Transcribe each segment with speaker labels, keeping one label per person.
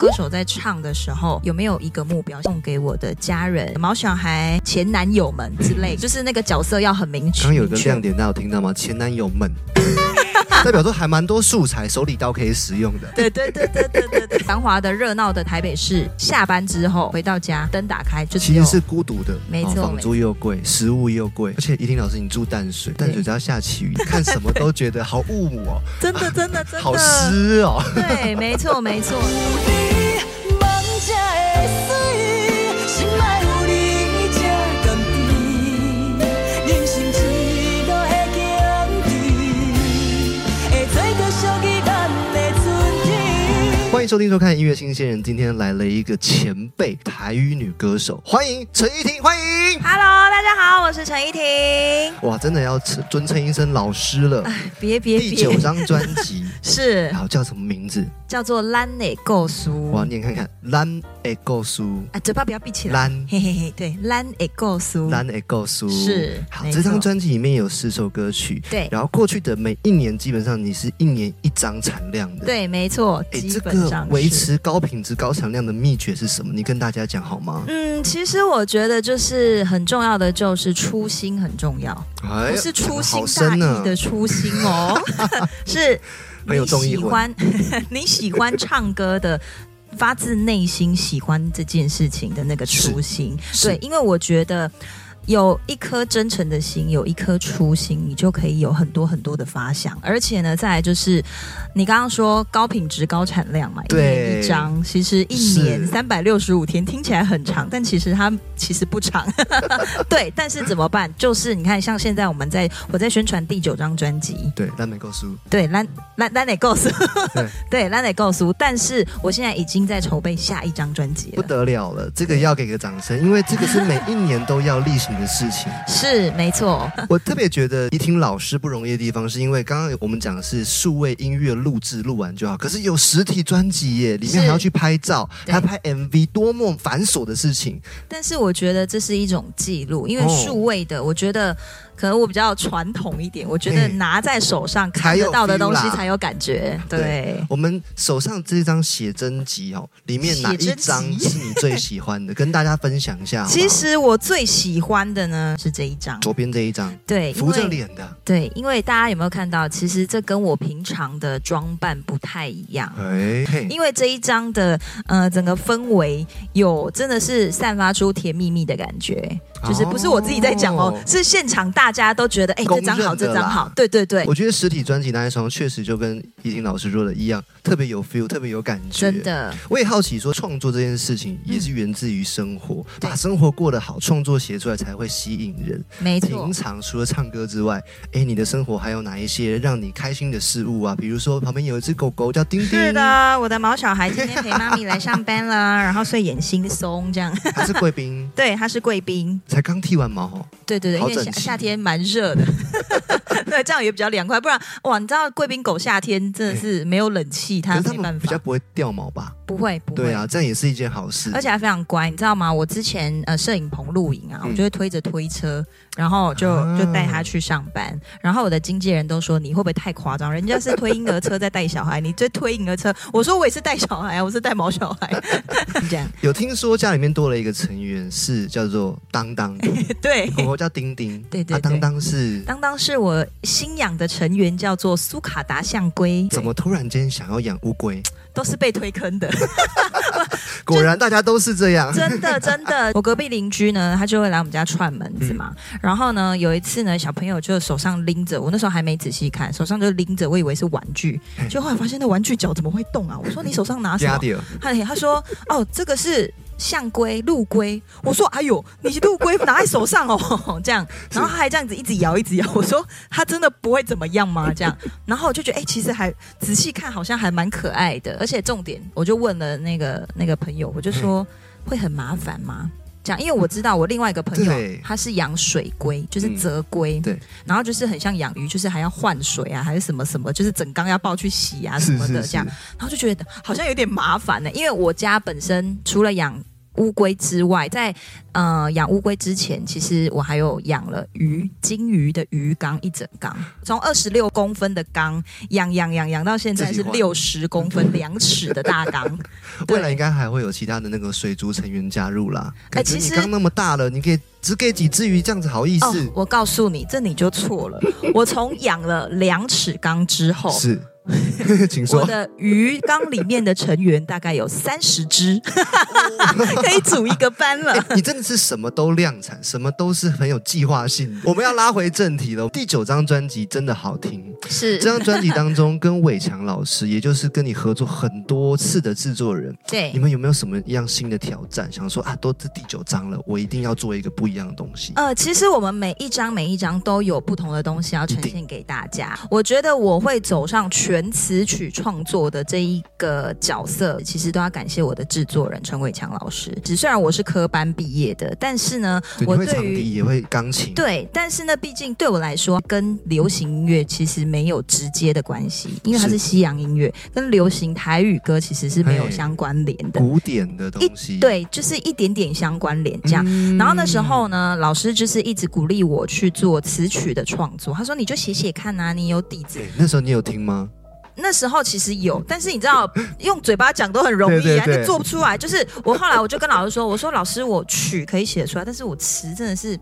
Speaker 1: 歌手在唱的时候有没有一个目标送给我的家人、毛小孩、前男友们之类，就是那个角色要很明确。
Speaker 2: 刚刚有一个亮点，大家有听到吗？前男 友们，代表说还蛮多素材，手里刀可以使用的。
Speaker 1: 对对对对对对对， 繁华的热闹的台北市，下班之后回到家，灯打开就只
Speaker 2: 其
Speaker 1: 有
Speaker 2: 实是孤独的，
Speaker 1: 没
Speaker 2: 哦
Speaker 1: 错
Speaker 2: 房租又贵，食物又贵，而且一定老师，你住淡水，淡水只要下 起雨，看什么都觉得好雾哦，
Speaker 1: 真的真的真的
Speaker 2: 好湿哦。
Speaker 1: 对，没错没错。
Speaker 3: 你梦才会水，心爱有你这甘甜。人生一路的坚持，会做着属于咱的春天。
Speaker 2: 欢迎收听收看音乐新鲜人，今天来了一个前辈台语女歌手，欢迎陈依婷，欢迎。
Speaker 1: Hello，大家好，我是陈依婷。
Speaker 2: 哇，真的要尊尊称一声老师了。
Speaker 1: 别 别
Speaker 2: 第
Speaker 1: 别
Speaker 2: 九，张专辑，
Speaker 1: 是
Speaker 2: 好叫什么名字？
Speaker 1: 叫做兰内构书。
Speaker 2: 我要念看看，咱的故事，
Speaker 1: 啊，嘴巴不要闭起来。
Speaker 2: 咱
Speaker 1: 嘿嘿嘿，对，兰内构书。
Speaker 2: 咱的故事
Speaker 1: 是
Speaker 2: 好。
Speaker 1: 没
Speaker 2: 这张
Speaker 1: 错
Speaker 2: 专辑里面有十首歌曲，
Speaker 1: 对
Speaker 2: 然后过去的每一年基本上你是一年一张产量的，。
Speaker 1: 对，没错，
Speaker 2: 哎，
Speaker 1: 基
Speaker 2: 这
Speaker 1: 本
Speaker 2: 个
Speaker 1: 上
Speaker 2: 维
Speaker 1: 是
Speaker 2: 持高品质、高产量的秘诀是什么？你跟大家讲好吗？
Speaker 1: 嗯，其实我觉得就是很重要的，就是初心很重要，
Speaker 2: 哎
Speaker 1: 不是粗心大
Speaker 2: 好深啊
Speaker 1: 意
Speaker 2: 呢
Speaker 1: 的初心 哦，是
Speaker 2: 很有
Speaker 1: 你
Speaker 2: 综艺
Speaker 1: 喜
Speaker 2: 魂
Speaker 1: 欢 你喜欢唱歌的。发自内心喜欢这件事情的那个初心，
Speaker 2: 是
Speaker 1: 对，因为我觉得有一颗真诚的心，有一颗初心，你就可以有很多很多的发想。而且呢，再来就是你刚刚说高品质、高产量嘛，一年
Speaker 2: 对
Speaker 1: 一张，其实一年
Speaker 2: 是
Speaker 1: 三百六十五天听起来很长，但其实它其实不长。 对，但是怎么办？就是你看，像现在我们在我在宣传第九张专辑，
Speaker 2: 对，但没够输。
Speaker 1: 对，兰兰兰得够苏
Speaker 2: 对，
Speaker 1: 对，兰得够苏。但是我现在已经在筹备下一张专辑
Speaker 2: 不
Speaker 1: 了，
Speaker 2: 得了了，这个要给个掌声，因为这个是每一年都要例行的事情。
Speaker 1: 是没错，
Speaker 2: 我特别觉得怡婷老师不容易的地方，是因为刚刚我们讲的是数位音乐录制录完就好，可是有实体专辑耶，里面还要去拍照，
Speaker 1: 对
Speaker 2: 还要拍 MV，多么繁琐的事情。
Speaker 1: 但是我觉得这是一种记录，因为
Speaker 2: 哦
Speaker 1: 数位的，我觉得可能我比较传统一点，我觉得
Speaker 2: 嗯
Speaker 1: 拿在手上
Speaker 2: 才
Speaker 1: 看
Speaker 2: 有
Speaker 1: 得到的
Speaker 2: feel
Speaker 1: 东西
Speaker 2: 啦
Speaker 1: 才有感觉，
Speaker 2: 对
Speaker 1: 对。
Speaker 2: 我们手上这张写真集哦，里面哪一张
Speaker 1: 写真集
Speaker 2: 是你最喜 欢的？跟大家分享一下好啊不
Speaker 1: 其
Speaker 2: 好。
Speaker 1: 实我最喜欢的呢是这一张，
Speaker 2: 左边这一张
Speaker 1: 对，因
Speaker 2: 扶着
Speaker 1: 为
Speaker 2: 脸的，
Speaker 1: 对，因为大家有没有看到，其实这跟我平常的装扮不太一样。
Speaker 2: 哎，嘿
Speaker 1: 因为这一张的呃整个氛围有真的是散发出甜蜜蜜的感觉，就是不是我自己在讲哦，
Speaker 2: 哦
Speaker 1: 是现场大家都觉得哎、
Speaker 2: 公
Speaker 1: 这张好，
Speaker 2: 认的
Speaker 1: 这张好
Speaker 2: 啦，
Speaker 1: 对对对，
Speaker 2: 我觉得实体专辑那一双确实就跟怡婷老师说的一样，特别有 feel，特别有感觉。
Speaker 1: 真的
Speaker 2: 我也好奇说，创作这件事情也
Speaker 1: 嗯
Speaker 2: 是源自于生活，把生活过得好，创作写出来才会吸引人。
Speaker 1: 没错
Speaker 2: 平，常除了唱歌之外，哎，你的生活还有哪一些让你开心的事物啊？比如说旁边有一只狗狗叫丁丁，
Speaker 1: 是，的，我的毛小孩今天陪妈咪来上班 了，然后所以眼惺忪这样。
Speaker 2: 它是贵宾，
Speaker 1: 对，他是贵宾，
Speaker 2: 才刚剃完毛哦，
Speaker 1: 对对对，因
Speaker 2: 好
Speaker 1: 为
Speaker 2: 整
Speaker 1: 夏
Speaker 2: 齐
Speaker 1: 夏天蛮热的， 对，这样也比较凉快。不然哇，你知道贵宾狗夏天真的是没有冷气，
Speaker 2: 可
Speaker 1: 它
Speaker 2: 是它
Speaker 1: 没办
Speaker 2: 们比较
Speaker 1: 法，
Speaker 2: 不会掉毛吧？
Speaker 1: 不会不会
Speaker 2: 对。啊，这样也是一件好事。
Speaker 1: 而且还非常乖，你知道吗？我之前呃摄影棚录影啊，
Speaker 2: 嗯
Speaker 1: 我就会推着推车，然后就
Speaker 2: 啊
Speaker 1: 就带他去上班。然后我的经纪人都说你会不会太夸张？人家是推婴儿车在带小孩，你这推婴儿车，我说我也是带小孩啊，我是带毛小 孩，这样
Speaker 2: 有听说家里面多了一个成员是叫做 当当，
Speaker 1: 对。
Speaker 2: 狗狗叫丁丁，
Speaker 1: 对对
Speaker 2: 啊当
Speaker 1: 对
Speaker 2: 当是
Speaker 1: 当当是我新养的成员，叫做苏卡达象龟，
Speaker 2: 怎么突然间想要养乌龟？
Speaker 1: 都是被推坑的，
Speaker 2: 果然大家都是这 样。
Speaker 1: 真的真的。我隔壁邻居呢，他就会来我们家串门子嘛。然后呢，有一次呢，小朋友就手上拎着，我那时候还没仔细看，手上就拎着，我以为是玩具，就后来发现那玩具脚怎么会动啊？我说你手上拿什
Speaker 2: 加
Speaker 1: 么？
Speaker 2: 点，
Speaker 1: 他他说哦，这个是。象龟、陆龟，我说哎呦，你陆龟拿在手上哦，这样，然后他还这样子一直摇一直摇，我说他真的不会怎么样吗？这样，然后我就觉得哎、其实还仔细看好像还蛮可爱的，而且重点，我就问了那个那个朋友，我就说会很麻烦吗？这样，因为我知道我另外一个朋友
Speaker 2: 对
Speaker 1: 他是养水龟，就是
Speaker 2: 嗯
Speaker 1: 泽龟，
Speaker 2: 对，
Speaker 1: 然后就是很像养鱼，就是还要换水啊，还是什么什么，就是整缸要抱去洗啊什么的这样。然后就觉得好像有点麻烦呢、因为我家本身除了养乌龟之外，在呃养乌龟之前，其实我还有养了鱼，金鱼的鱼缸一整缸，从二十六公分的缸养养养养到现在
Speaker 2: 自
Speaker 1: 是
Speaker 2: 己换
Speaker 1: 六十公分两尺的大 缸。对
Speaker 2: 未来应该还会有其他的那个水族成员加入啦。
Speaker 1: 哎
Speaker 2: 感觉
Speaker 1: 其
Speaker 2: 你
Speaker 1: 实
Speaker 2: 刚那么大了，你给只给几只鱼，这样子好意
Speaker 1: 哦
Speaker 2: 思？，
Speaker 1: 我告诉你，这你就错 了。我从养了两尺缸之后，
Speaker 2: 是， 请
Speaker 1: 哦我
Speaker 2: 说。
Speaker 1: 的鱼缸里面的成员大概有三十只， 可以组一个班了。
Speaker 2: 哎你真的是什么都量产，什么都是很有计划性 的。我们要拉回正题了。第九张专辑真的好听，
Speaker 1: 是
Speaker 2: 这张专辑当中跟伟强老师，也就是跟你合作很多次的制作人，
Speaker 1: 对
Speaker 2: 你们有没有什么样新的挑战？想说啊，都这第九章了，我一定要做一个不一样的东西。
Speaker 1: 呃，其实我们每一张每一张都有不同的东西要呈现给大家。我觉得我会走上全词曲创作的这一个角色，其实都要感谢我的制作人陈伟强老师。只虽然我是科班毕业的，但是呢，
Speaker 2: 对，你
Speaker 1: 我
Speaker 2: 会
Speaker 1: 对
Speaker 2: 长
Speaker 1: 于
Speaker 2: 笛，也会钢琴，
Speaker 1: 对，但是呢，毕竟对我来说，跟流行音乐其实没有直接的关系，因为它
Speaker 2: 是
Speaker 1: 是西洋音乐，跟流行台语歌其实是没有
Speaker 2: 嘿
Speaker 1: 相关联的。
Speaker 2: 古典的东西，
Speaker 1: 对，就是一点点相关联这样。
Speaker 2: 嗯
Speaker 1: 然后那时候呢，老师就是一直鼓励我去做词曲的创作，他说你就写写看啊，你有底子
Speaker 2: 对。哎那时候你有听吗？
Speaker 1: 那时候其实有，但是你知道，用嘴巴讲都很容易啊，
Speaker 2: 对对对
Speaker 1: 就做不出来。就是我后来我就跟老师说，我说老师，我曲可以写得出来，但是我词真的是。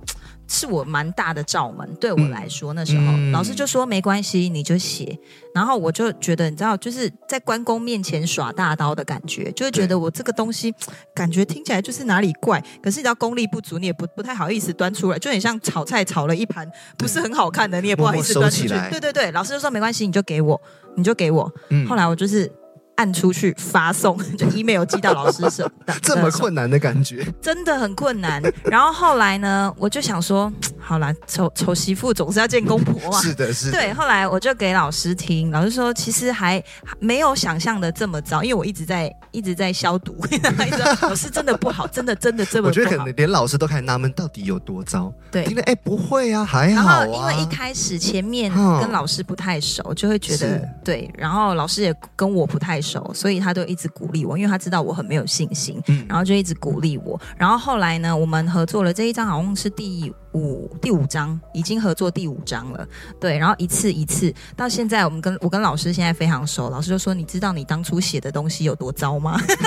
Speaker 1: 是我蛮大的罩门，对我来说、那时候、
Speaker 2: 嗯
Speaker 1: 老师就说没关系，你就写。然后我就觉得，你知道，就是在关公面前耍大刀的感觉，就会觉
Speaker 2: 对
Speaker 1: 得我这个东西感觉听起来就是哪里怪，可是你知道功力不足，你也不不太好意思端出来，就很像炒菜炒了一盘不是很好看的，你也不好意思
Speaker 2: 默默
Speaker 1: 端
Speaker 2: 收
Speaker 1: 出去
Speaker 2: 起来。
Speaker 1: 对对对，老师就说没关系，你就给我，你就给我。
Speaker 2: 嗯。
Speaker 1: 后来我就是按出去发送， 就 email 寄到老师手
Speaker 2: 这么，困难的感觉，
Speaker 1: 真的很困难。然后后来呢，我就想说，好啦，丑丑媳妇总是要见公婆嘛。
Speaker 2: 是的，是的，
Speaker 1: 对，后来我就给老师听，老师说其实还还没有想象的这么糟，因为我一直在一直在消毒， 一直在老师真的不好，真的真的这么
Speaker 2: 我觉得
Speaker 1: 不
Speaker 2: 可
Speaker 1: 好
Speaker 2: 能。连老师都开始纳闷，到底有多糟。
Speaker 1: 对
Speaker 2: 听了哎，不会啊，还
Speaker 1: 然
Speaker 2: 好
Speaker 1: 后
Speaker 2: 啊。
Speaker 1: 因为一开始前面
Speaker 2: 嗯
Speaker 1: 跟老师不太熟，就会觉得
Speaker 2: 是
Speaker 1: 对，然后老师也跟我不太熟，所以他就一直鼓励我，因为他知道我很没有信心，
Speaker 2: 嗯
Speaker 1: 然后就一直鼓励我。然后后来呢，我们合作了这一张，好像是第五第五章，已经合作第五章了。对，然后一次一次到现在，我们跟我跟老师现在非常熟，老师就说：“你知道你当初写的东西有多糟 吗？”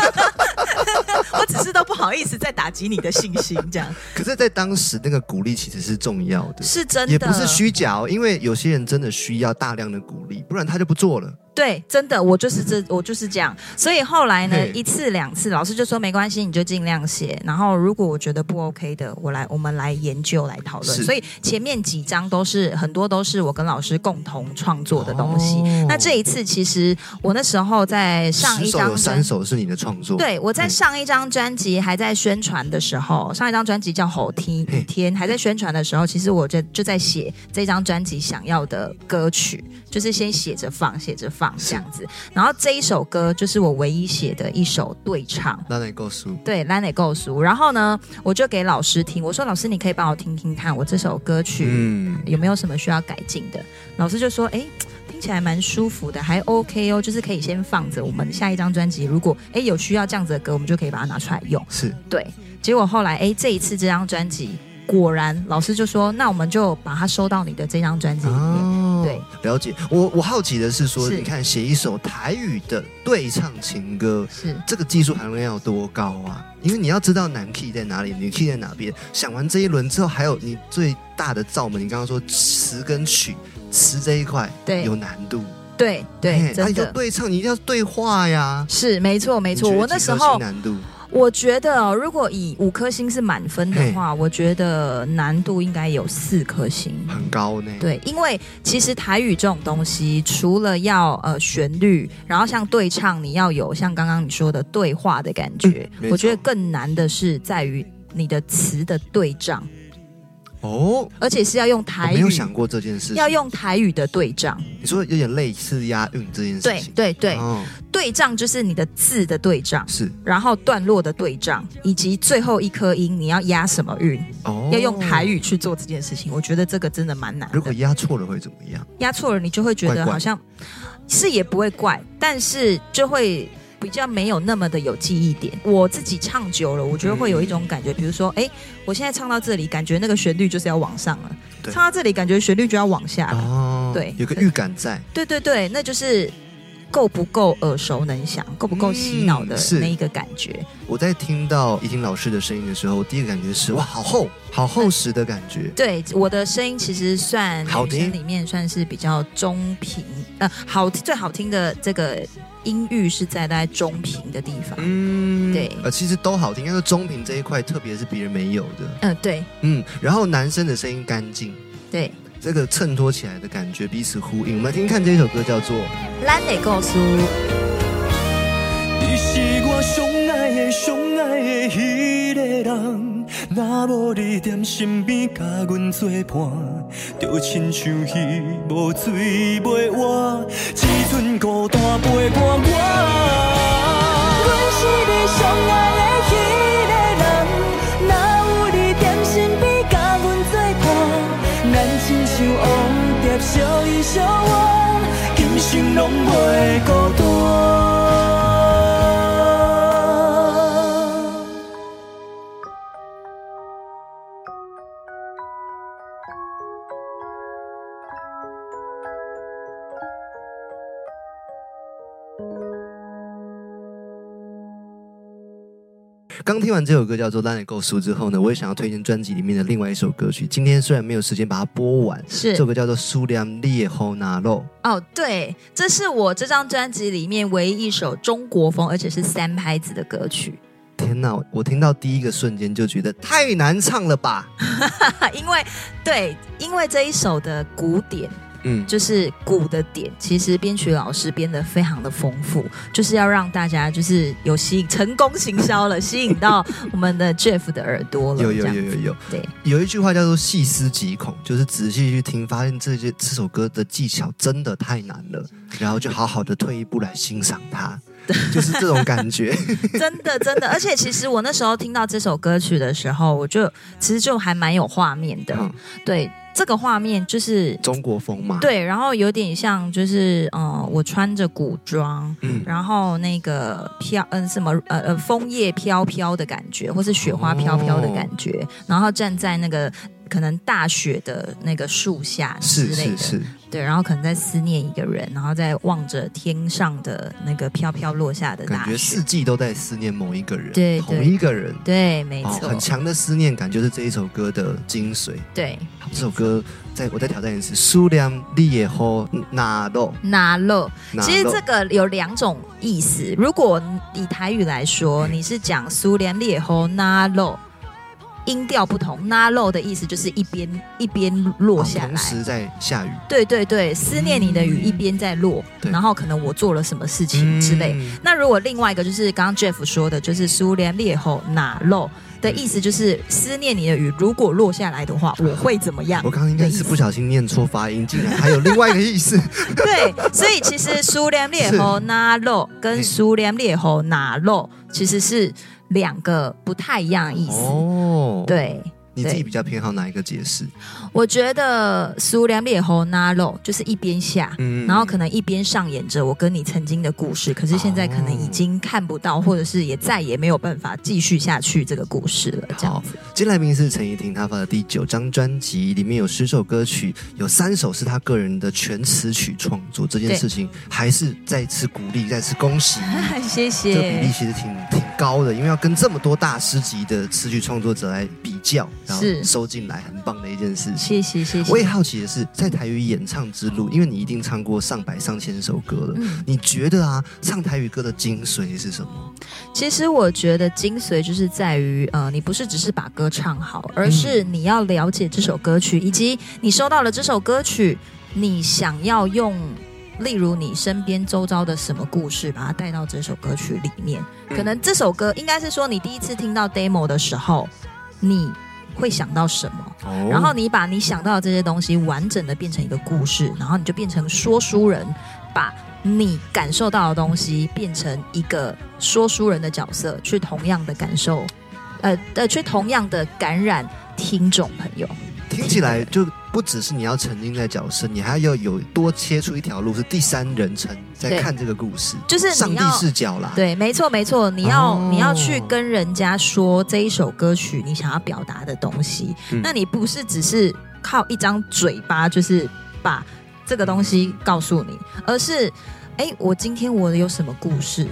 Speaker 1: 我只是都不好意思再打击你的信心，这样
Speaker 2: 可是，在当时那个鼓励其实是重要的，
Speaker 1: 是真的，
Speaker 2: 也不是虚假哦，因为有些人真的需要大量的鼓励，不然他就不做了。
Speaker 1: 对，真的，我就是这，我就是这样。所以后来呢，
Speaker 2: 嘿
Speaker 1: 一次两次，老师就说没关系，你就尽量写。然后如果我觉得不 OK 的，我来我们来研究来讨论。
Speaker 2: 是
Speaker 1: 所以前面几章都是很多都是我跟老师共同创作的东西。
Speaker 2: 哦
Speaker 1: 那这一次其实我那时候在上
Speaker 2: 十
Speaker 1: 一
Speaker 2: 首
Speaker 1: 章
Speaker 2: 有三
Speaker 1: 专。
Speaker 2: 首是你的创作，
Speaker 1: 对，我在
Speaker 2: 嘿
Speaker 1: 上一张专辑还在宣传的时候，上一张专辑叫《吼天
Speaker 2: 嘿
Speaker 1: 天》，还在宣传的时候，其实我就就在写这张专辑想要的歌曲，就是先写着放，写着放
Speaker 2: 是
Speaker 1: 这样子。然后这一首歌就是我唯一写的一首对唱。
Speaker 2: 那你告诉
Speaker 1: 对，拉内够熟。然后呢，我就给老师听，我说：“老师，你可以帮我听听看，我这首歌曲、
Speaker 2: 嗯，
Speaker 1: 有没有什么需要改进的？老师就说，哎、听起来蛮舒服的，还 OK 哦，就是可以先放着。我们下一张专辑如果哎、有需要这样子的歌，我们就可以把它拿出来用。
Speaker 2: 是
Speaker 1: 对，结果后来哎、这一次这张专辑果然老师就说，那我们就把它收到你的这张专辑里面。
Speaker 2: 哦
Speaker 1: 对，
Speaker 2: 了解。我我好奇的是说，
Speaker 1: 是
Speaker 2: 你看写一首台语的对唱情歌，
Speaker 1: 是
Speaker 2: 这个技术含量要多高啊？因为你要知道男 key 在哪里，女 key 在哪边。想完这一轮之后，还有你最大的罩门，你刚刚说词跟曲，词这一块
Speaker 1: 对
Speaker 2: 有难度，
Speaker 1: 对对，
Speaker 2: 嘿啊
Speaker 1: 真
Speaker 2: 要
Speaker 1: 的。
Speaker 2: 对唱，你一定要对话呀。
Speaker 1: 是没错没错，
Speaker 2: 你觉得
Speaker 1: 我那
Speaker 2: 几
Speaker 1: 时
Speaker 2: 颗
Speaker 1: 候
Speaker 2: 星啊难度
Speaker 1: 我觉得哦、如果以五颗星是满分的话，我觉得难度应该有四颗星。
Speaker 2: 很高呢。
Speaker 1: 对，因为其实台语这种东西，除了要呃旋律，然后像对唱，你要有像刚刚你说的对话的感觉。
Speaker 2: 嗯没
Speaker 1: 我觉得
Speaker 2: 错
Speaker 1: 更难的是在于你的词的对仗，
Speaker 2: 哦，
Speaker 1: 而且是要用
Speaker 2: 我
Speaker 1: 台
Speaker 2: 没
Speaker 1: 语
Speaker 2: 有，想过这件事情。
Speaker 1: 要用台语的对仗。
Speaker 2: 你说有点类似押韵这件事
Speaker 1: 对
Speaker 2: 情。
Speaker 1: 对对，
Speaker 2: 哦、
Speaker 1: 对仗就是你的字的对仗，
Speaker 2: 是
Speaker 1: 然后段落的对仗，以及最后一颗音你要押什么韵，
Speaker 2: 哦，
Speaker 1: 要用台。语去做这件事情。我觉得这个真的蛮难的。
Speaker 2: 如果押错了会怎么样？
Speaker 1: 压错了，你就会觉
Speaker 2: 怪
Speaker 1: 得
Speaker 2: 怪
Speaker 1: 好像是也不会怪，但是就会比较没有那么的有记忆点。我自己唱久了，我觉得会有一种感觉，比如说，哎、我现在唱到这里，感觉那个旋律就是要往上了；
Speaker 2: 对
Speaker 1: 唱到这里，感觉旋律就要往下了。
Speaker 2: 哦，
Speaker 1: 啊对
Speaker 2: 有个预感在，
Speaker 1: 对对对，那就是够不够耳熟能详，够不够洗脑的
Speaker 2: 嗯是
Speaker 1: 那一个感觉。
Speaker 2: 我在听到怡婷老师的声音的时候，我第一个感觉
Speaker 1: 嗯
Speaker 2: 是哇，好厚，好厚实的感觉。
Speaker 1: 对，我的声音其实算
Speaker 2: 好
Speaker 1: 女
Speaker 2: 听
Speaker 1: 生里面算是比较中平，呃，好最好听的这个音域是在大概中平的地方。嗯、
Speaker 2: 嗯
Speaker 1: 对
Speaker 2: 呃，其实都好听，但是中频这一块，特别是别人没有的，
Speaker 1: 对
Speaker 2: 嗯。然后男生的声音干净，
Speaker 1: 对，
Speaker 2: 这个衬托起来的感觉彼此呼应。我们来听听看这一首歌叫做《
Speaker 1: 懒得告诉
Speaker 3: 你是我上爱的、上爱的迄个人，若无你踮身边甲阮作伴，就亲像鱼无水袂活，只剩孤单陪伴我。阮是你上爱的迄个人，若有你踮身边甲阮作伴，咱亲像蝴蝶相依相偎，今生拢袂孤单。
Speaker 2: 刚听完这首歌叫做《烂得够熟》之后呢，我也想要推荐专辑里面的另外一首歌曲。今天虽然没有时间把它播完，
Speaker 1: 是
Speaker 2: 这首歌叫做《苏良烈后拿肉》。
Speaker 1: 哦，对，这是我这张专辑里面唯一一首中国风，而且是三拍子的歌曲，
Speaker 2: 天哪！我听到第一个瞬间就觉得太难唱了吧？
Speaker 1: 因为对，因为这一首的鼓点
Speaker 2: 嗯，
Speaker 1: 就是鼓的点，其实编曲老师编的非常的丰富，就是要让大家就是有吸引成功行销了，吸引到我们的 Jeff 的耳朵了。
Speaker 2: 有有
Speaker 1: 这
Speaker 2: 有
Speaker 1: 样子
Speaker 2: 有有，
Speaker 1: 对，
Speaker 2: 有一句话叫做“细思极恐”，就是仔细去听，发现这些这首歌的技巧真的太难了，然后就好好的退一步来欣赏它，就是这种感觉。
Speaker 1: 真的真的，而且其实我那时候听到这首歌曲的时候，我就其实就还蛮有画面的。
Speaker 2: 嗯
Speaker 1: 对，这个画面就是
Speaker 2: 中国风嘛，，
Speaker 1: 对，然后有点像就是呃，我穿着古装，
Speaker 2: 嗯，
Speaker 1: 然后那个飘嗯、什么呃呃枫叶飘飘的感觉，或是雪花飘飘的感觉，
Speaker 2: 哦
Speaker 1: 然后站在那个可能大雪的那个树下之
Speaker 2: 是
Speaker 1: 类的，
Speaker 2: 是是，
Speaker 1: 对，然后可能在思念一个人，然后在望着天上的那个飘飘落下的
Speaker 2: 感
Speaker 1: 大
Speaker 2: 觉
Speaker 1: 雪
Speaker 2: 四，季都在思念某一个人，
Speaker 1: 对
Speaker 2: 同
Speaker 1: 对
Speaker 2: 一个人。
Speaker 1: 对，没
Speaker 2: 哦，
Speaker 1: 错，
Speaker 2: 很强的思念感就是这一首歌的精髓。
Speaker 1: 对，
Speaker 2: 好这首歌在我在挑战一次，苏良烈也后拿肉，
Speaker 1: 拿乐。
Speaker 2: 哪
Speaker 1: 其实
Speaker 2: 漏
Speaker 1: 这个有两种意思。如果以台语来说，你是讲苏联烈吼那漏，音调不同，那漏的意思就是一边一边落
Speaker 2: 哦
Speaker 1: 下
Speaker 2: 同
Speaker 1: 来。
Speaker 2: 时在下雨，
Speaker 1: 对对对，思念你的雨一边在落，
Speaker 2: 对
Speaker 1: 然后可能我做了什么事情之类。
Speaker 2: 嗯
Speaker 1: 那如果另外一个就是刚刚 Jeff 说的，就是苏联烈吼那漏的意思，就是思念你的雨如果落下来的话，我会怎么样？
Speaker 2: 我刚刚应该是不小心念错发音，竟然还有另外一个意思。
Speaker 1: 对，所以其实苏联烈吼拿肉跟苏联烈吼拿肉其实是两个不太一样的意思。
Speaker 2: 哦，，
Speaker 1: 对，
Speaker 2: 你自己
Speaker 1: 对
Speaker 2: 比较偏好哪一个解释？
Speaker 1: 我觉得苏联烈吼拿肉就是一边下。
Speaker 2: 嗯
Speaker 1: 然后可能一边上演着我跟你曾经的故事，可是现在可能已经看不到，或者是也再也没有办法继续下去这个故事了。这样
Speaker 2: 好，今天来宾是陈怡婷，她发的第九张专辑，里面有十首歌曲，有三首是她个人的全词曲创作。这件
Speaker 1: 对
Speaker 2: 事情还是再次鼓励，再次恭喜你。
Speaker 1: 谢
Speaker 2: 这个比例
Speaker 1: 谢，
Speaker 2: 其实挺挺高的，因为要跟这么多大师级的词曲创作者来比较，然后
Speaker 1: 是
Speaker 2: 收进来，很棒的一件事情。
Speaker 1: 谢谢，谢
Speaker 2: 我也
Speaker 1: 谢。
Speaker 2: 好奇的是，在台语演唱之路，因为你一定唱过上百上千首歌了，
Speaker 1: 嗯
Speaker 2: 你觉得啊，唱台语歌的精髓是什么？
Speaker 1: 其实我觉得精髓就是在于，呃，你不是只是把歌唱好，而是你要了解这首歌曲，以及你收到了这首歌曲，你想要用，例如你身边周遭的什么故事，把它带到这首歌曲里面。可能这首歌应该是说，你第一次听到 demo 的时候，你会想到什么？
Speaker 2: 哦
Speaker 1: 然后你把你想到的这些东西完整的变成一个故事，然后你就变成说书人，把你感受到的东西变成一个说书人的角色，去同样的感受，呃呃，去同样的感染听众朋友。
Speaker 2: 听起来就不只是你要沉浸在角色，你还要有多切出一条路是第三人称在
Speaker 1: 对
Speaker 2: 看这个故事，
Speaker 1: 就是你
Speaker 2: 上帝
Speaker 1: 要
Speaker 2: 视角啦。，
Speaker 1: 对，没错没错，你要、
Speaker 2: 哦
Speaker 1: 你要去跟人家说这一首歌曲你想要表达的东西，
Speaker 2: 嗯
Speaker 1: 那你不是只是靠一张嘴巴就是把这个东西告诉你，而是哎、诶我今天我有什么故事，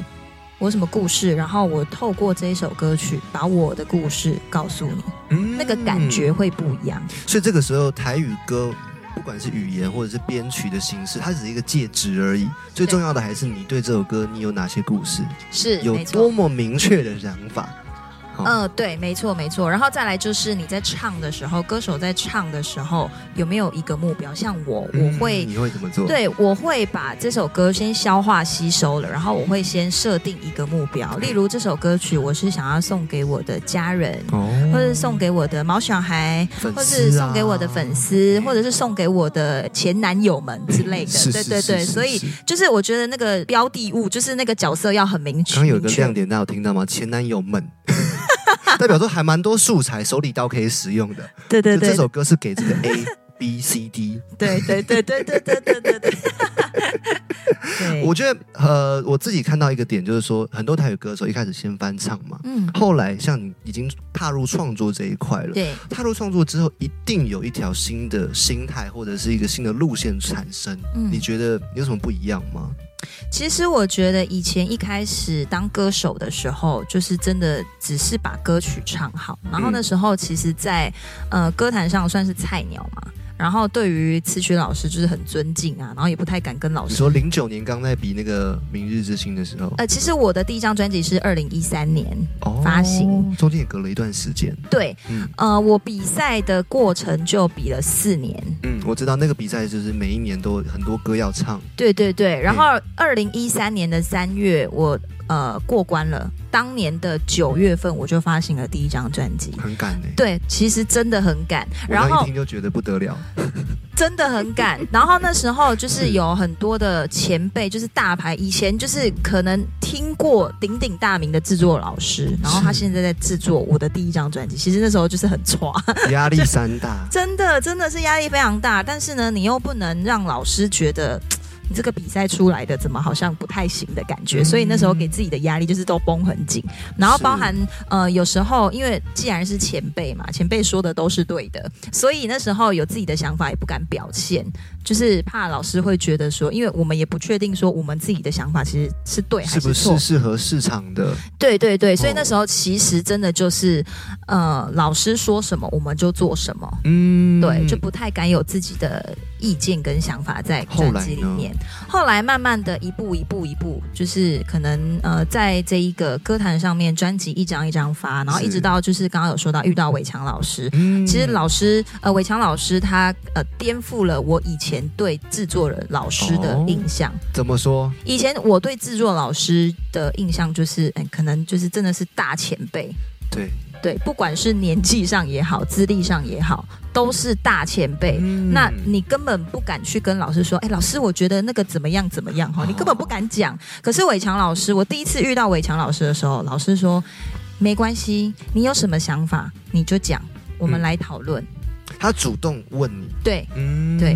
Speaker 1: 我有什么故事，然后我透过这一首歌曲把我的故事告诉你，
Speaker 2: 嗯
Speaker 1: 那个感觉。会不一样。
Speaker 2: 所以这个时候台语歌。不管是语言或者是编曲的形式，它只是一个介质而已。最重要的还是你对这首歌你有哪些故事，
Speaker 1: 是，
Speaker 2: 有
Speaker 1: 没错。
Speaker 2: 多么明确的想法。哦好
Speaker 1: 嗯、对，没错，没错。然后再来就是你在唱的时候，歌手在唱的时候有没有一个目标？像我，我会、
Speaker 2: 嗯你会怎么做？，
Speaker 1: 对，我会把这首歌先消化吸收了，然后我会先设定一个目标，
Speaker 2: 嗯
Speaker 1: 例如这首歌曲我是想要送给我的家人，
Speaker 2: 哦，
Speaker 1: 或者是送给我的毛小孩，
Speaker 2: 粉丝、
Speaker 1: 或
Speaker 2: 啊，
Speaker 1: 是送给我的粉丝，或者是送给我的前男友们之类的。
Speaker 2: 是
Speaker 1: 对
Speaker 2: 是
Speaker 1: 对
Speaker 2: 是
Speaker 1: 对，
Speaker 2: 是
Speaker 1: 所以
Speaker 2: 是
Speaker 1: 就是我觉得那个标的物，就是那个角色要很明确。
Speaker 2: 刚刚有一个
Speaker 1: 明确
Speaker 2: 亮点，大家有听到吗？前男友们， 代表说还蛮多素材，手里刀可以使用的。
Speaker 1: 对对
Speaker 2: 就
Speaker 1: 对
Speaker 2: 这，首歌是给 这个 A B C D。
Speaker 1: 对对对对对对对对对。对
Speaker 2: 我觉得呃，我自己看到一个点，就是说很多台语歌手一开始先翻唱嘛，
Speaker 1: 嗯，
Speaker 2: 后来像你已经踏入创作这一块了。
Speaker 1: 对，
Speaker 2: 踏入创作之后，一定有一条新的心态或者是一个新的路线产生。
Speaker 1: 嗯
Speaker 2: 你觉得有什么不一样吗？
Speaker 1: 其实我觉得以前一开始当歌手的时候，就是真的只是把歌曲唱好，然后那时候其实在，呃歌坛上算是菜鸟嘛。然后对于词曲老师就是很尊敬啊，然后也不太敢跟老
Speaker 2: 哦你
Speaker 1: 师。
Speaker 2: 说零九年刚在比那个《明日之星》的时候，
Speaker 1: 呃，其实我的第一张专辑是二零一三年，
Speaker 2: 哦
Speaker 1: 发行
Speaker 2: 中间也隔了一段时间。
Speaker 1: 对，
Speaker 2: 嗯
Speaker 1: 呃，我比赛的过程就比了四年，
Speaker 2: 嗯，我知道那个比赛就是每一年都很多歌要唱，
Speaker 1: 对对
Speaker 2: 嗯
Speaker 1: 对，然后二零一三年的三月，我呃过关了。当年的九月份，我就发行了第一张专辑。
Speaker 2: 很赶呢、欸。
Speaker 1: 对，其实真的很赶，
Speaker 2: 我
Speaker 1: 然
Speaker 2: 刚一
Speaker 1: 后
Speaker 2: 听就觉得不得了，
Speaker 1: 真的很赶， 然后那时候就是有很多的前辈，就是大牌，以前就是可能听过鼎鼎大名的制作老师，然 后他现在在制作我的第一张专辑。其实那时候就是很抓，。
Speaker 2: 压力山大
Speaker 1: 真的真的是压力非常大，但是呢，你又不能让老师觉得。你这个比赛出来的怎么好像不太行的感觉，
Speaker 2: 嗯
Speaker 1: 所以那时候给自己的压力就是都绷很紧，然后
Speaker 2: 是
Speaker 1: 包含呃有时候因为既然是前辈嘛，前辈说的都是对的，所以那时候有自己的想法也不敢表现，就是怕老师会觉得说，因为我们也不确定说我们自己的想法其实是对还
Speaker 2: 是不
Speaker 1: 错
Speaker 2: 是，适合市场的？
Speaker 1: 对对对，所以
Speaker 2: 哦
Speaker 1: 那时候其实真的就是呃老师说什么我们就做什么，
Speaker 2: 嗯，
Speaker 1: 对，就不太敢有自己的意见跟想法在
Speaker 2: 后
Speaker 1: 专
Speaker 2: 来
Speaker 1: 辑里
Speaker 2: 呢
Speaker 1: 面。后来慢慢的一步一步一步，就是可能呃，在这一个歌坛上面，专辑一张一张发，然后一
Speaker 2: 是
Speaker 1: 直到就是刚刚有说到遇到伟强老师。
Speaker 2: 嗯
Speaker 1: 其实老师，呃，伟强老师他呃颠覆了我以前对制作人老师的
Speaker 2: 哦
Speaker 1: 印象。
Speaker 2: 怎么说？
Speaker 1: 以前我对制作老师的印象就是，哎，可能就是真的是大前辈，
Speaker 2: 对，
Speaker 1: 对，不管是年纪上也好，资历上也好，都是大前辈。
Speaker 2: 嗯
Speaker 1: 那你根本不敢去跟老师说，哎，老师，我觉得那个怎么样怎么样哈，你根本不敢讲。可是伟强老师，我第一次遇到伟强老师的时候，老师说没关系，你有什么想法你就讲，我们
Speaker 2: 嗯
Speaker 1: 来讨论。
Speaker 2: 他主动问你，
Speaker 1: 对
Speaker 2: 嗯，
Speaker 1: 对，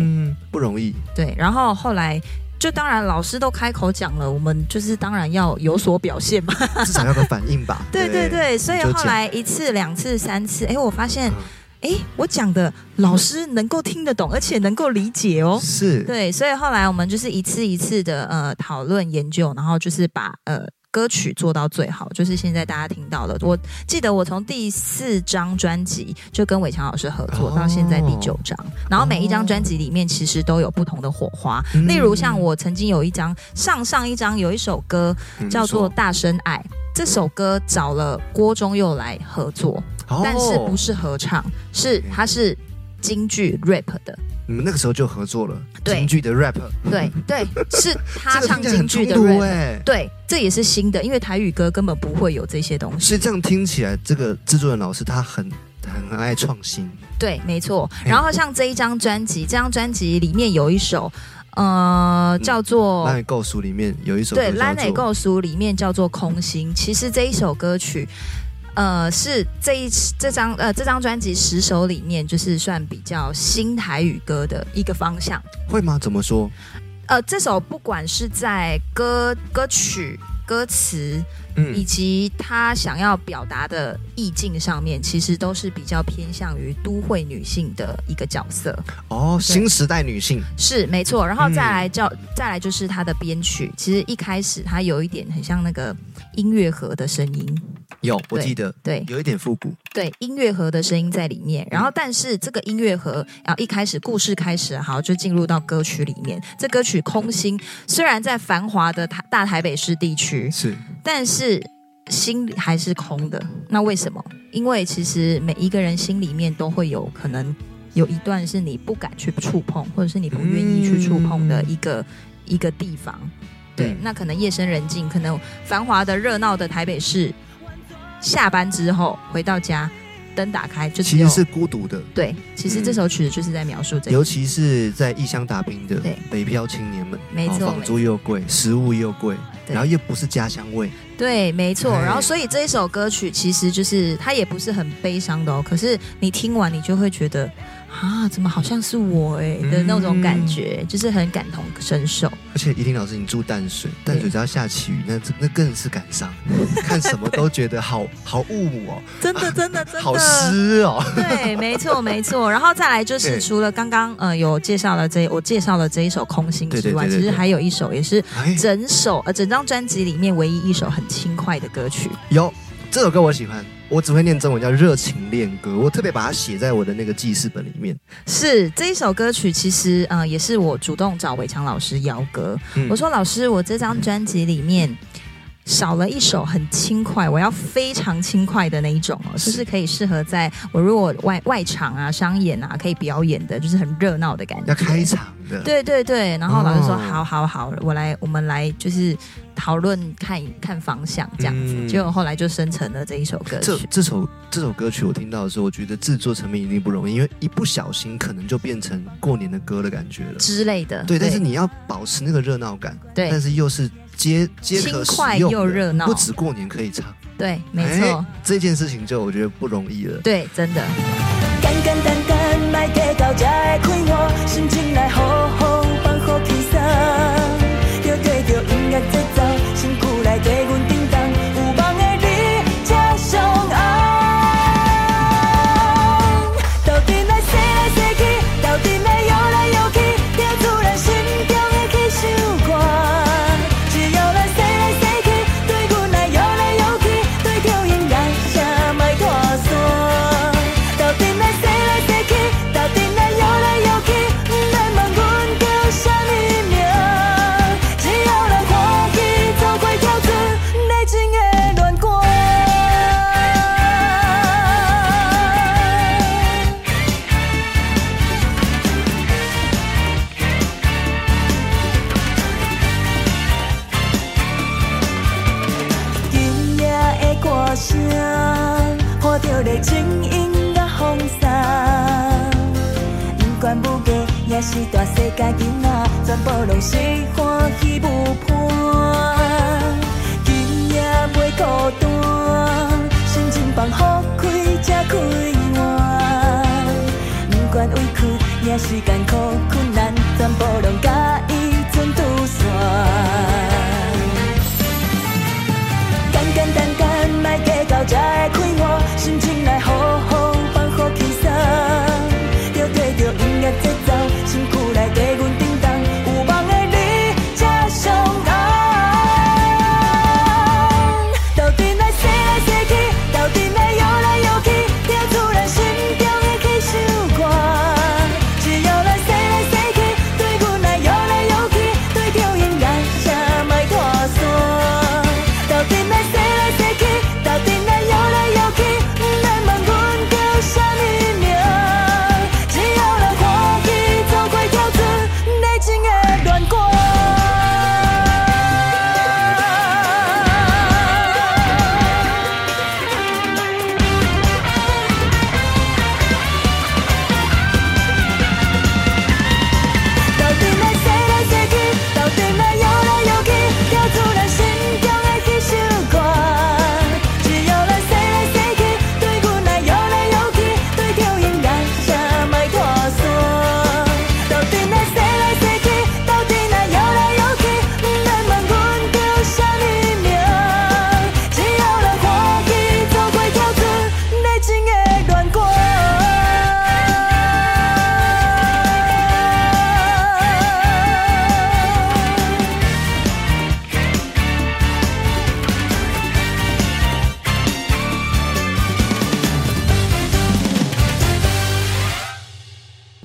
Speaker 2: 不容易。
Speaker 1: 对，然后后来。就当然，老师都开口讲了，我们就是当然要有所表现嘛。
Speaker 2: 至少要个反应吧。
Speaker 1: 对对对，所以
Speaker 2: 就
Speaker 1: 后
Speaker 2: 讲
Speaker 1: 来一次、两次、三次，哎，我发现哎，
Speaker 2: 嗯，
Speaker 1: 我讲的老师能够听得懂，而且能够理解哦。
Speaker 2: 是，
Speaker 1: 对，所以后来我们就是一次一次的呃讨论研究，然后就是把呃歌曲做到最好，就是现在大家听到的。我记得我从第四张专辑就跟伟强老师合作，
Speaker 2: 哦
Speaker 1: 到现在第九张，然后每一张专辑里面其实都有不同的火花。
Speaker 2: 嗯
Speaker 1: 例如像我曾经有一张上上一张有一首歌
Speaker 2: 嗯
Speaker 1: 叫做
Speaker 2: 你
Speaker 1: 《大声爱》，这首歌找了郭忠佑来合作，
Speaker 2: 说
Speaker 1: 但是
Speaker 2: 哦
Speaker 1: 不是合唱，是
Speaker 2: OK
Speaker 1: 它是京剧 rap 的。
Speaker 2: 你们那个时候就合作了，
Speaker 1: 对
Speaker 2: 京剧的 rap，
Speaker 1: 对对，是他
Speaker 2: 嗯 这个
Speaker 1: 唱
Speaker 2: 听起来
Speaker 1: 京
Speaker 2: 很
Speaker 1: 剧的
Speaker 2: 冲突
Speaker 1: rap，
Speaker 2: 哎。
Speaker 1: 对，这也是新的，因为台语歌根本不会有这些东西。
Speaker 2: 所以这样听起来，这个制作人老师他很很很爱创新，
Speaker 1: 对，没错。
Speaker 2: 嗯
Speaker 1: 然后像这一张专辑，这张专辑里面有一首，呃，叫
Speaker 2: 《
Speaker 1: 做
Speaker 2: 烂尾构书》里面有一首
Speaker 1: 对《
Speaker 2: 歌
Speaker 1: 蓝
Speaker 2: 叫
Speaker 1: 磊
Speaker 2: 做
Speaker 1: 构书》里面叫做《空心》。其实这一首歌曲，呃，是这一这张呃这张专辑十首里面，就是算比较新台语歌的一个方向。
Speaker 2: 会吗？怎么说？
Speaker 1: 呃，这首不管是在歌歌曲、歌词，以
Speaker 2: 嗯，
Speaker 1: 及他想要表达的意境上面，其实都是比较偏向于都会女性的一个角色。
Speaker 2: 哦，新时代女性，
Speaker 1: 是没错，然后再来叫、再来就是它的编曲，其实一开始它有一点很像那个音乐盒的声音，
Speaker 2: 有我
Speaker 1: 对
Speaker 2: 记得
Speaker 1: 对
Speaker 2: 有一点复古，
Speaker 1: 对，音乐盒的声音在里面。然后但是这个音乐盒，然后一开始故事开始好就进入到歌曲里面，这歌曲《空心》虽然在繁华的台大台北市地区，
Speaker 2: 是
Speaker 1: 但是心里还是空的。那为什么？因为其实每一个人心里面都会有可能有一段是你不敢去触碰，或者是你不愿意去触碰的一个、一个地方。对，
Speaker 2: 嗯
Speaker 1: 那可能夜深人静，可能繁华的热闹的台北市，下班之后回到家，灯打开就只
Speaker 2: 其
Speaker 1: 有
Speaker 2: 实是嗯孤独的，
Speaker 1: 对。其实这首曲子就是在描述这个，
Speaker 2: 尤其是在异乡打拼的
Speaker 1: 对
Speaker 2: 北漂青年们，
Speaker 1: 没
Speaker 2: 哦
Speaker 1: 错
Speaker 2: 房租又贵，食物又贵，
Speaker 1: 对
Speaker 2: 然后又不是家乡味，
Speaker 1: 对，没错。
Speaker 2: 哎
Speaker 1: 然后，所以这一首歌曲其实就是它也不是很悲伤的哦，可是你听完你就会觉得啊，怎么好像是我哎、的那种感觉，就是很感同身受。
Speaker 2: 而且怡婷老师，你住淡水，淡水
Speaker 1: 对
Speaker 2: 只要下起雨，那那更是感伤， 看什么都觉得好好雾哦，
Speaker 1: 真的，真的， 真的，
Speaker 2: 好湿哦。
Speaker 1: 对，没 错，没错。然后再来就是
Speaker 2: 对
Speaker 1: 除了刚刚呃有介绍了这我介绍了这一首《空心》
Speaker 2: 对对
Speaker 1: 之外，
Speaker 2: 对对
Speaker 1: 其实
Speaker 2: 对
Speaker 1: 还有一首也是
Speaker 2: 哎，
Speaker 1: 整首呃整张专辑里面唯一一首很轻快的歌曲。
Speaker 2: 有这首歌我喜欢，我只会念中文叫《热情恋歌》，我特别把它写在我的那个记事本里面。
Speaker 1: 是这一首歌曲，其实呃也是我主动找伟强老师邀歌。
Speaker 2: 嗯
Speaker 1: 我说老师，我这张专辑里面少了一首很轻快，我要非常轻快的那一种哦，
Speaker 2: 是
Speaker 1: 就是可以适合在我如果外外场啊、商演啊可以表演的，就是很热闹的感觉。
Speaker 2: 要开场的，
Speaker 1: 对对对，然后老师说、
Speaker 2: 哦
Speaker 1: 好好好，我来我们来就是讨论看看方向这样子，
Speaker 2: 嗯
Speaker 1: 结果后来就生成了这一首歌
Speaker 2: 这
Speaker 1: 曲。
Speaker 2: 这首这首歌曲我听到的时候，我觉得制作成本一定不容易，因为一不小心可能就变成过年的歌的感觉了。
Speaker 1: 之类的，
Speaker 2: 对，但是你要保持那个热闹感，
Speaker 1: 对
Speaker 2: 但是又是皆皆可
Speaker 1: 轻快
Speaker 2: 使用的
Speaker 1: 又热闹
Speaker 2: 不止过年可以唱，
Speaker 1: 对，没错，
Speaker 2: 哎这件事情就我觉得不容易了。
Speaker 1: 对，真的。
Speaker 3: 简简单单，莫计较才会快活，心情来好好放好轻松。要跟着音乐节奏，身躯来跟阮叮当，有梦的你才上岸。斗阵来西来西去，斗阵来摇来摇去，跳出咱心中的起首歌。只要咱西来西去，对阮来摇来摇去，对着音乐声莫脱线。斗阵来西来西去，斗阵来摇来摇去，不免问阮叫啥物名。只要咱欢喜，做过跳出内情的恋歌。今夜的歌声，伴着热情音乐风沙，不管舞艺也是大世界囡仔，全部拢是欢喜舞伴。今夜袂孤单，心情放好开才快活。不管委屈也是艰苦困难，全部拢甲伊存拄线。简简单单，莫计较才会快活，心情来好好放好轻松。要跟着音乐节奏，身躯来跟阮叮当，有梦的你才上岸。斗阵来西来西去，斗阵来摇来摇去，跳出咱心中的起首歌。只要咱西来西去，对阮来摇来摇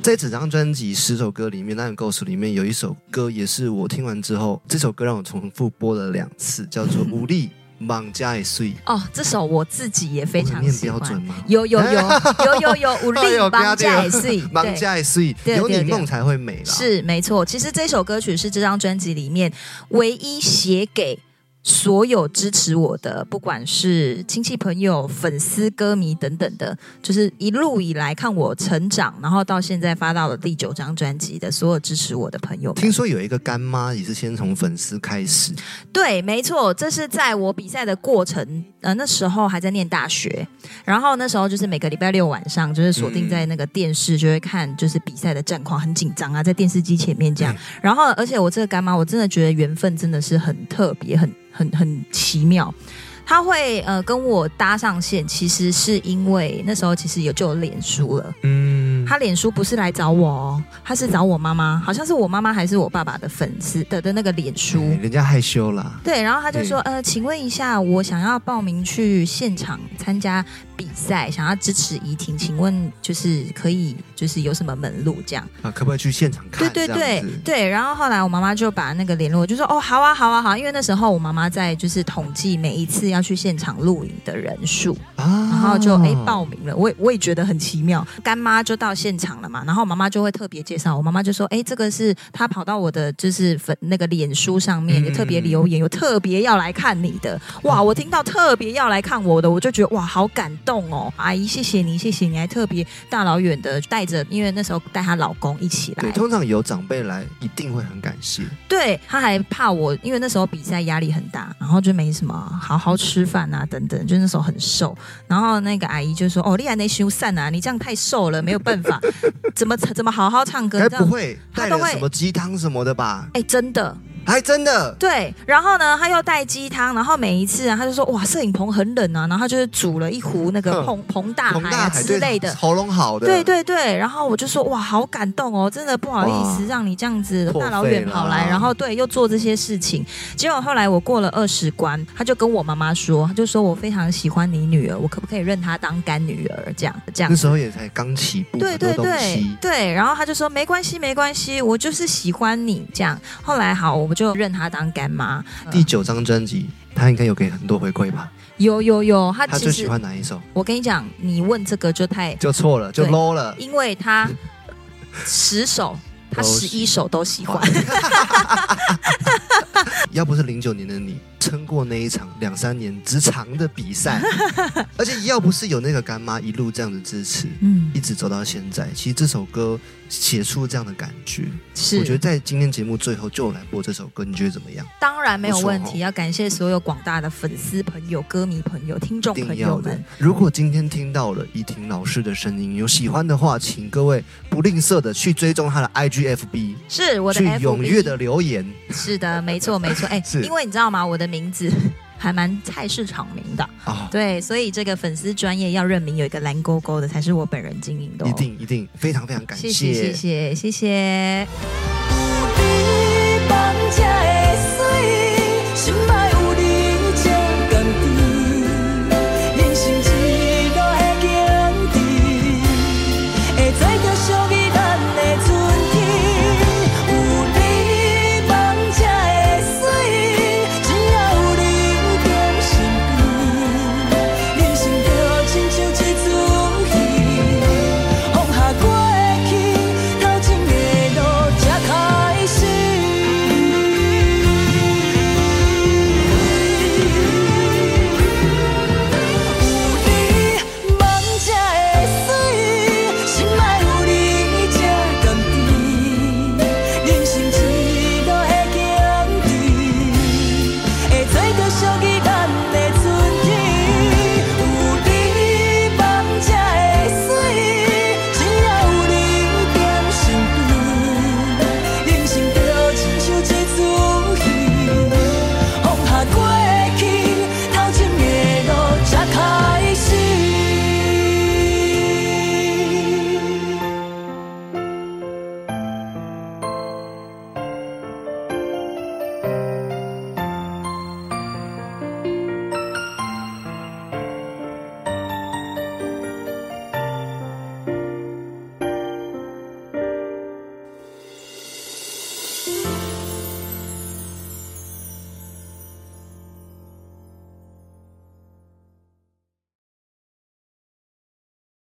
Speaker 2: 这整张专辑十首歌里面，《那 Ghost》里面有一首歌也是我听完之后，这首歌让我重复播了两次，叫做《无 力莽加也碎》。
Speaker 1: 哦，这首我自己也非
Speaker 2: 我很
Speaker 1: 常
Speaker 2: 念
Speaker 1: 喜
Speaker 2: 标准
Speaker 1: 欢。
Speaker 2: 吗？
Speaker 1: 有有有有有有，无 力
Speaker 2: 哎呦不要
Speaker 1: 帮
Speaker 2: 这样
Speaker 1: 也是
Speaker 2: 莽
Speaker 1: 对。
Speaker 2: 加也碎，
Speaker 1: 对
Speaker 2: 有你
Speaker 1: 对对
Speaker 2: 梦才会美啦。
Speaker 1: 是没错，其实这首歌曲是这张专辑里面唯一写给所有支持我的，不管是亲戚、朋友、粉丝、歌迷等等的，就是一路以来看我成长，然后到现在发到了第九张专辑的所有支持我的朋友们。
Speaker 2: 听说有一个干妈也是先从粉丝开始，
Speaker 1: 对，没错，这是在我比赛的过程，呃，那时候还在念大学，然后那时候就是每个礼拜六晚上，就是锁定在那个电视，就会看就是比赛的战况，很紧张啊，在电视机前面这样。然后，而且我这个干妈，我真的觉得缘分真的是很特别，很很很奇妙。她会呃跟我搭上线，其实是因为那时候其实有就有脸书了，
Speaker 2: 嗯，
Speaker 1: 他脸书不是来找我哦，他是找我妈妈，好像是我妈妈还是我爸爸的粉丝的的那个脸书。
Speaker 2: 哎人家害羞啦。
Speaker 1: 对，然后他就说：“
Speaker 2: 嗯
Speaker 1: 呃，请问一下，我想要报名去现场参加比赛，想要支持怡婷，请问就是可以就是有什么门路这样
Speaker 2: 啊，可不可以去现场？”看？
Speaker 1: 对对
Speaker 2: 这样
Speaker 1: 对
Speaker 2: 子
Speaker 1: 对。然后后来我妈妈就把那个联络，就说：“哦，好啊，好啊，好啊因为那时候我妈妈在就是统计每一次要去现场录影的人数，
Speaker 2: 啊，
Speaker 1: 然后就哎、报名了，我也我也觉得很奇妙。干妈就到现场了嘛，然后妈妈就会特别介绍，我妈妈就说：“哎、这个是她跑到我的就是粉那个脸书上面，
Speaker 2: 嗯哦
Speaker 1: 有特别留言，有特别要来看你的。”哇，我听到特别要来看我的，我就觉得哇，好感动哦！阿姨，谢谢你，谢谢你，还特别大老远的带着，因为那时候带她老公一起来
Speaker 2: 对，，通常有长辈来，一定会很感谢。
Speaker 1: 对，他还怕我，因为那时候比赛压力很大，然后就没什么好好吃饭啊，等等，就那时候很瘦。然后那个阿姨就说：“哦，你还没修散啊，你这样太瘦了，没有办 法，怎么怎么好好唱歌？”
Speaker 2: 该
Speaker 1: 你知道
Speaker 2: 不
Speaker 1: 吗？
Speaker 2: 会
Speaker 1: 他
Speaker 2: 带
Speaker 1: 都
Speaker 2: 了
Speaker 1: 会
Speaker 2: 什么鸡汤什么的吧？
Speaker 1: 哎、真的，
Speaker 2: 还真的，
Speaker 1: 对，然后呢，他又带鸡汤，然后每一次啊，他就说哇，摄影棚很冷啊，然后他就是煮了一壶那个
Speaker 2: 嗯
Speaker 1: 膨膨大
Speaker 2: 彭
Speaker 1: 海
Speaker 2: 大
Speaker 1: 啊
Speaker 2: 海
Speaker 1: 之类
Speaker 2: 对
Speaker 1: 的，
Speaker 2: 喉咙好的，
Speaker 1: 对对对，然后我就说哇，好感动哦，真的不好意思
Speaker 2: 哇
Speaker 1: 让你这样子
Speaker 2: 破
Speaker 1: 大老
Speaker 2: 费啊
Speaker 1: 远跑来，
Speaker 2: 啦
Speaker 1: 然后对又做这些事情。结果后来我过了二十关，他就跟我妈妈说，他就说我非常喜欢你女儿，我可不可以认她当干女儿？这样这样
Speaker 2: 那。时候也才刚起步，
Speaker 1: 对
Speaker 2: 很多
Speaker 1: 对
Speaker 2: 东
Speaker 1: 对
Speaker 2: 西。
Speaker 1: 对，然后他就说没关系没关系，我就是喜欢你这样。后来好，我就认她当干妈。呃
Speaker 2: 第九张专辑，他应该有给很多回馈吧？
Speaker 1: 有有有，他
Speaker 2: 他
Speaker 1: 其
Speaker 2: 最喜
Speaker 1: 实
Speaker 2: 欢哪一首？
Speaker 1: 我跟你讲，你问这个就太，
Speaker 2: 就错了，就
Speaker 1: 对
Speaker 2: low 了。
Speaker 1: 因为他十首，他
Speaker 2: 都
Speaker 1: 十一首都喜
Speaker 2: 哦
Speaker 1: 欢。
Speaker 2: 要不是零九年的你撑过那一场两三年直长的 比赛，而且要不是有那个干妈一路这样子支持，
Speaker 1: 嗯
Speaker 2: 一，直走到现在，其实这首歌写出这样的感觉，
Speaker 1: 是，
Speaker 2: 我觉得在今天节目最后就来播这首歌，你觉得怎么样？
Speaker 1: 当然没有问
Speaker 2: 不错
Speaker 1: 题。
Speaker 2: 哦
Speaker 1: 要感谢所有广大的粉丝朋友、歌迷朋友、听众
Speaker 2: 一定
Speaker 1: 朋
Speaker 2: 要
Speaker 1: 友
Speaker 2: 的
Speaker 1: 们。。
Speaker 2: 如果今天听到了怡婷老师的声音，有喜欢的话，请各位不吝啬的去追踪她的 IGFB，
Speaker 1: 是我的
Speaker 2: 去
Speaker 1: F
Speaker 2: 踊跃的留言。
Speaker 1: 是的，没错没错。哎、
Speaker 2: 是
Speaker 1: 因为你知道吗？我的名字 还蛮菜市场名的，
Speaker 2: 啊、
Speaker 1: 对，所以这个粉丝专业要认明有一个蓝勾勾的才是我本人经营的、哦。
Speaker 2: 一定一定，非常非常感
Speaker 1: 谢谢谢谢谢谢。